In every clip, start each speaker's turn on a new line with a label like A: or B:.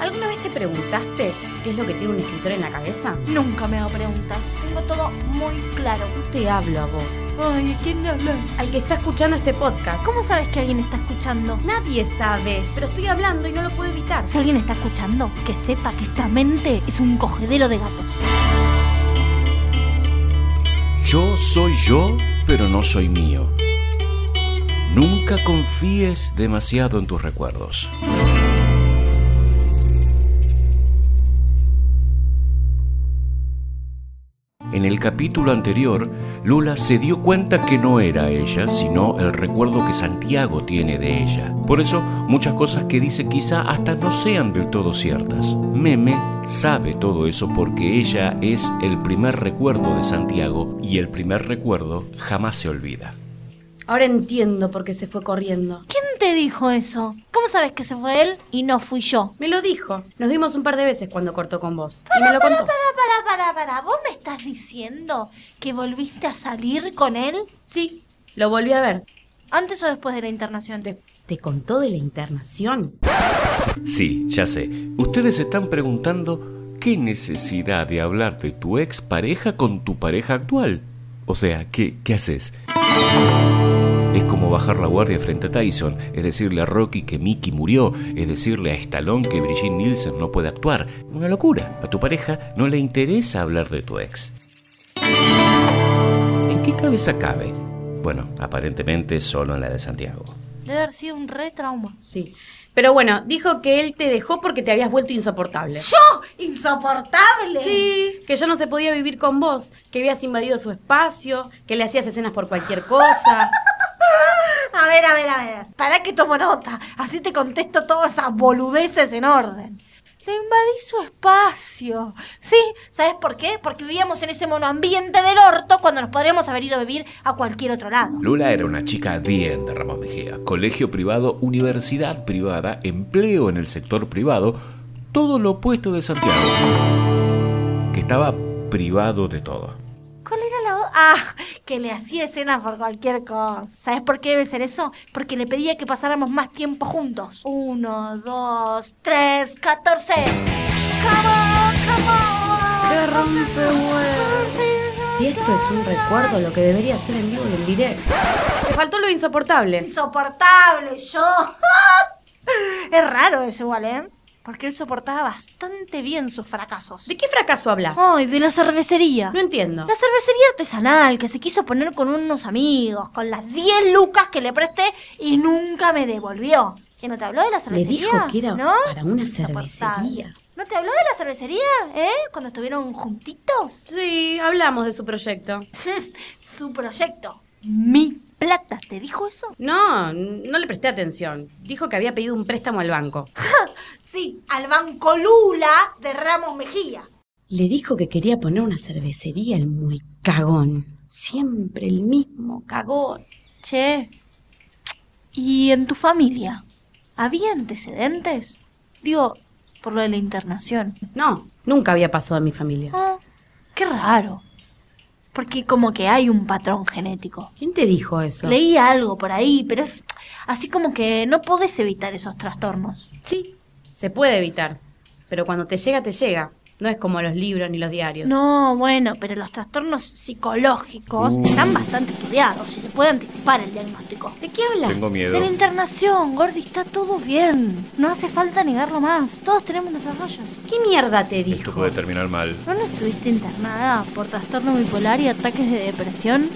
A: ¿Alguna vez te preguntaste qué es lo que tiene un escritor en la cabeza?
B: Nunca me lo preguntas. Tengo todo muy claro.
A: No te hablo a vos.
B: Ay, ¿a quién le hablas?
A: Al que está escuchando este podcast.
B: ¿Cómo sabes que alguien está escuchando?
A: Nadie sabe, pero estoy hablando y no lo puedo evitar.
B: Si alguien está escuchando, que sepa que esta mente es un cogedero de gatos.
C: Yo soy yo, pero no soy mío. Nunca confíes demasiado en tus recuerdos. En el capítulo anterior, Lula se dio cuenta que no era ella, sino el recuerdo que Santiago tiene de ella. Por eso, muchas cosas que dice quizá hasta no sean del todo ciertas. Meme sabe todo eso porque ella es el primer recuerdo de Santiago y el primer recuerdo jamás se olvida.
A: Ahora entiendo por qué se fue corriendo.
B: ¿Quién te dijo eso? ¿Cómo sabes que se fue él y no fui yo?
A: Me lo dijo. Nos vimos un par de veces cuando cortó con vos. Y me
B: Para,
A: lo
B: para,
A: contó.
B: para, para, para, para. ¿Vos me estás diciendo que volviste a salir con él?
A: Sí, lo volví a ver.
B: ¿Antes o después de la internación?
A: ¿Te, te contó de la internación?
C: Sí, ya sé. Ustedes se están preguntando qué necesidad de hablar de tu expareja con tu pareja actual. O sea, ¿qué, qué haces? Es como bajar la guardia frente a Tyson, es decirle a Rocky que Mickey murió, es decirle a Stallone que Brigitte Nielsen no puede actuar. Una locura. A tu pareja no le interesa hablar de tu ex. ¿En qué cabeza cabe? Bueno, aparentemente solo en la de Santiago.
B: Debe haber sido un re trauma.
A: Sí. Pero bueno, dijo que él te dejó porque te habías vuelto insoportable.
B: ¡Yo! ¡Insoportable!
A: Sí, que ya no se podía vivir con vos, que habías invadido su espacio, que le hacías escenas por cualquier cosa.
B: A ver, a ver, a ver. Para que tomo nota. Así te contesto todas esas boludeces en orden. Le invadí su espacio. Sí, ¿sabes por qué? Porque vivíamos en ese monoambiente del orto cuando nos podríamos haber ido a vivir a cualquier otro lado.
C: Lula era una chica 10 de Ramón Mejía. Colegio privado, universidad privada, empleo en el sector privado, todo lo opuesto de Santiago, que estaba privado de todo.
B: ¿Cuál era la otra? Ah, que le hacía escenas por cualquier cosa. ¿Sabes por qué debe ser eso? Porque le pedía que pasáramos más tiempo juntos. Uno, dos, tres, catorce. ¡Come on, come on!
A: ¡Qué rompehuevos! Si esto es un recuerdo, lo que debería ser en vivo y en directo. Te faltó lo insoportable.
B: Insoportable, yo. es raro eso igual, ¿eh? Porque él soportaba bastante bien sus fracasos.
A: ¿De qué fracaso hablas?
B: Ay, de la cervecería.
A: No entiendo.
B: La cervecería artesanal que se quiso poner con unos amigos, con las 10 lucas que le presté y nunca me devolvió. ¿Que no te habló de la
A: Le
B: cervecería?
A: dijo que era
B: ¿No?
A: para una
B: Insoportable.
A: cervecería.
B: ¿No te habló de la cervecería, eh? Cuando estuvieron juntitos.
A: Sí, hablamos de su proyecto.
B: Su proyecto. Mi plata, ¿te dijo eso?
A: No, no le presté atención. Dijo que había pedido un préstamo al banco.
B: Sí, al Banco Lula de Ramos Mejía.
A: Le dijo que quería poner una cervecería el muy cagón. Siempre el mismo cagón.
B: Che, ¿y en tu familia? ¿Había antecedentes? Digo, por lo de la internación.
A: No, nunca había pasado a mi familia.
B: Ah, qué raro. Porque como que hay un patrón genético.
A: ¿Quién te dijo eso?
B: Leí algo por ahí, pero es así como que no podés evitar esos trastornos.
A: Sí, se puede evitar. Pero cuando te llega, te llega. No es como los libros ni los diarios.
B: No, bueno, pero los trastornos psicológicos están bastante estudiados y se puede anticipar el diagnóstico.
A: ¿De qué hablas?
C: Tengo miedo.
B: De la internación, Gordy, está todo bien. No hace falta negarlo más. Todos tenemos nuestros rollos.
A: ¿Qué mierda te
C: Esto
A: dijo?
C: puede terminar mal.
B: ¿No, no estuviste internada por trastorno bipolar y ataques de depresión?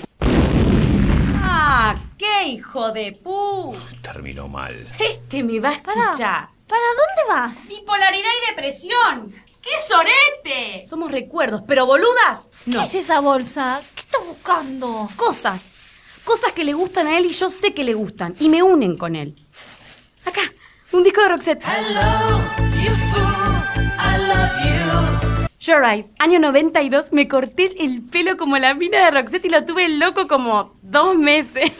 A: ¡Ah! ¡Qué hijo de pu!
C: Terminó mal.
A: Este me va a
B: Pará.
A: escuchar.
B: ¿Para dónde vas?
A: Bipolaridad y depresión. ¡Qué sorete! Somos recuerdos, pero boludas.
B: ¿Qué es esa bolsa? ¿Qué estás buscando?
A: Cosas. Cosas que le gustan a él y yo sé que le gustan. Y me unen con él. Acá, un disco de Roxette. You're right. Año 92 me corté el pelo como la mina de Roxette y lo tuve loco como dos meses.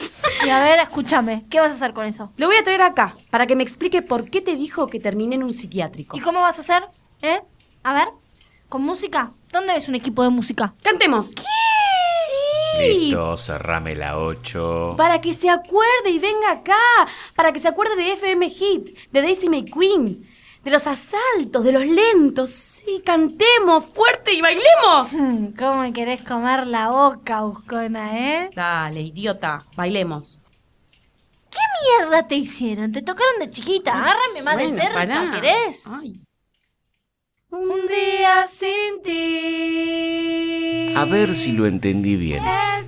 B: Y a ver, escúchame, ¿qué vas a hacer con eso?
A: Lo voy a traer acá para que me explique por qué te dijo que terminé en un psiquiátrico.
B: ¿Y cómo vas a hacer? ¿Eh? A ver, ¿con música? ¿Dónde ves un equipo de música?
A: Cantemos. ¿Qué? Sí.
C: Listo, cerrame la 8.
A: Para que se acuerde y venga acá. Para que se acuerde de FM Hit, de Daisy May Queen, de los asaltos, de los lentos. Sí, cantemos fuerte y bailemos.
B: Mm, ¿Cómo me querés comer la boca, buscona, eh?
A: Dale, idiota, bailemos.
B: ¿Qué mierda te hicieron? Te tocaron de chiquita. Agárrame más
A: Bueno,
B: de cerca,
A: pará.
B: ¿querés?
A: Ay.
B: Ah. Un día sin ti.
C: A ver si lo entendí bien.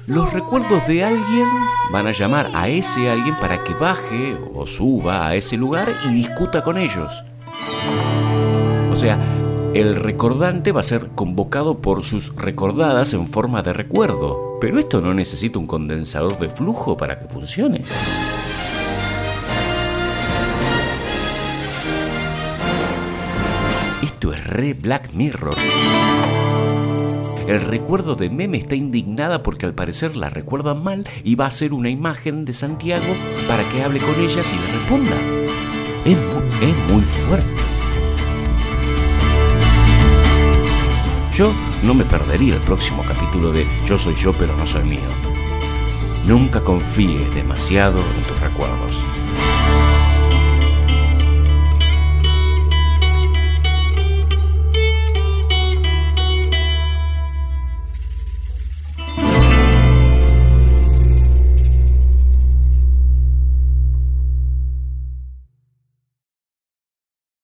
C: Los recuerdos de alguien van a llamar a ese alguien para que baje o suba a ese lugar y discuta con ellos. O sea, el recordante va a ser convocado por sus recordadas en forma de recuerdo. Pero esto no necesita un condensador de flujo para que funcione. Esto es re Black Mirror. El recuerdo de Meme está indignada porque al parecer la recuerda mal y va a hacer una imagen de Santiago para que hable con ellas y le responda. Es muy, es muy fuerte. Yo no me perdería el próximo capítulo de Yo soy yo pero no soy mío. Nunca confíe demasiado en tus recuerdos.